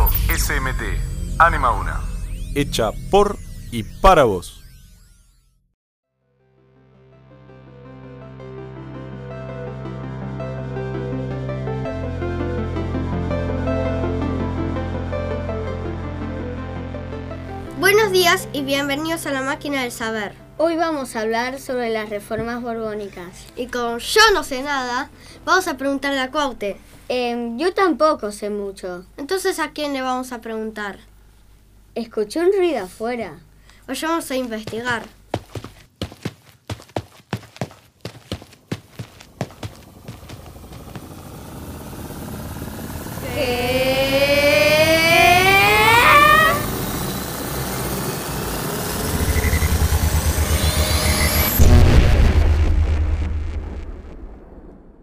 SMT, Anima 1. Hecha por y para vos. Buenos días y bienvenidos a la máquina del saber. Hoy vamos a hablar sobre las reformas borbónicas. Y como yo no sé nada, vamos a preguntarle a Cuaute. Em, yo tampoco sé mucho. Entonces, ¿a quién le vamos a preguntar? Escuché un ruido afuera. Vayamos a investigar.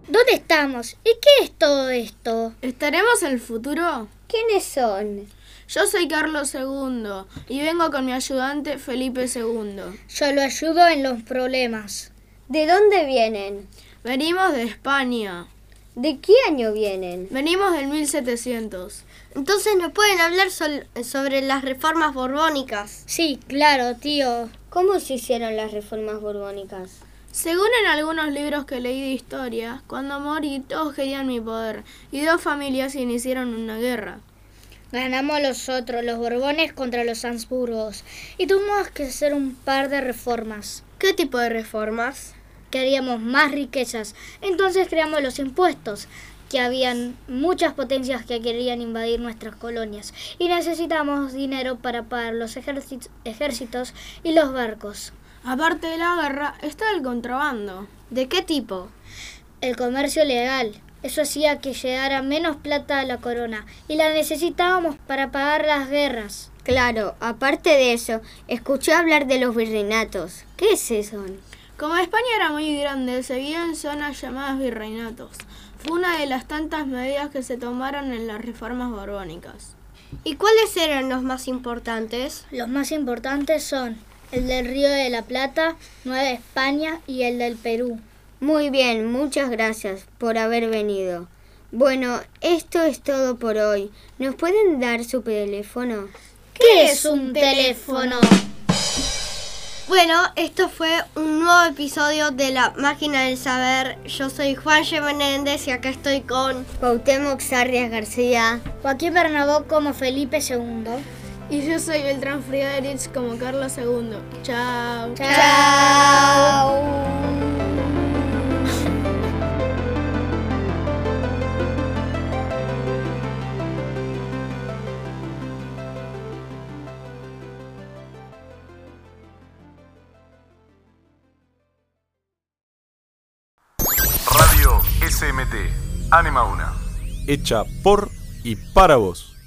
¿Dónde estamos? ¿Y qué es todo esto? ¿Estaremos en el futuro? ¿Quiénes son? Yo soy Carlos II y vengo con mi ayudante Felipe II. Yo lo ayudo en los problemas. ¿De dónde vienen? Venimos de España. ¿De qué año vienen? Venimos del 1700. Entonces, ¿nos pueden hablar sol- sobre las reformas borbónicas? Sí, claro, tío. ¿Cómo se hicieron las reformas borbónicas? Según en algunos libros que leí de historia, cuando morí todos querían mi poder y dos familias iniciaron una guerra. Ganamos los otros, los Borbones contra los Habsburgos. Y tuvimos que hacer un par de reformas. ¿Qué tipo de reformas? Queríamos más riquezas. Entonces creamos los impuestos, que habían muchas potencias que querían invadir nuestras colonias. Y necesitamos dinero para pagar los ejércit- ejércitos y los barcos. Aparte de la guerra, está el contrabando. ¿De qué tipo? El comercio legal. Eso hacía que llegara menos plata a la corona y la necesitábamos para pagar las guerras. Claro, aparte de eso, escuché hablar de los virreinatos. ¿Qué es eso? Como España era muy grande, se vivían zonas llamadas virreinatos. Fue una de las tantas medidas que se tomaron en las reformas borbónicas. ¿Y cuáles eran los más importantes? Los más importantes son el del Río de la Plata, Nueva España y el del Perú. Muy bien, muchas gracias por haber venido. Bueno, esto es todo por hoy. ¿Nos pueden dar su teléfono? ¿Qué es un teléfono? Bueno, esto fue un nuevo episodio de la máquina del saber. Yo soy Juan G. Menéndez y acá estoy con. Cuauhtémoc Sarrias García. Joaquín Bernabó como Felipe II. Y yo soy Beltrán Friedrich como Carlos II. Chao. Radio SMT, Anima 1. Hecha por y para vos.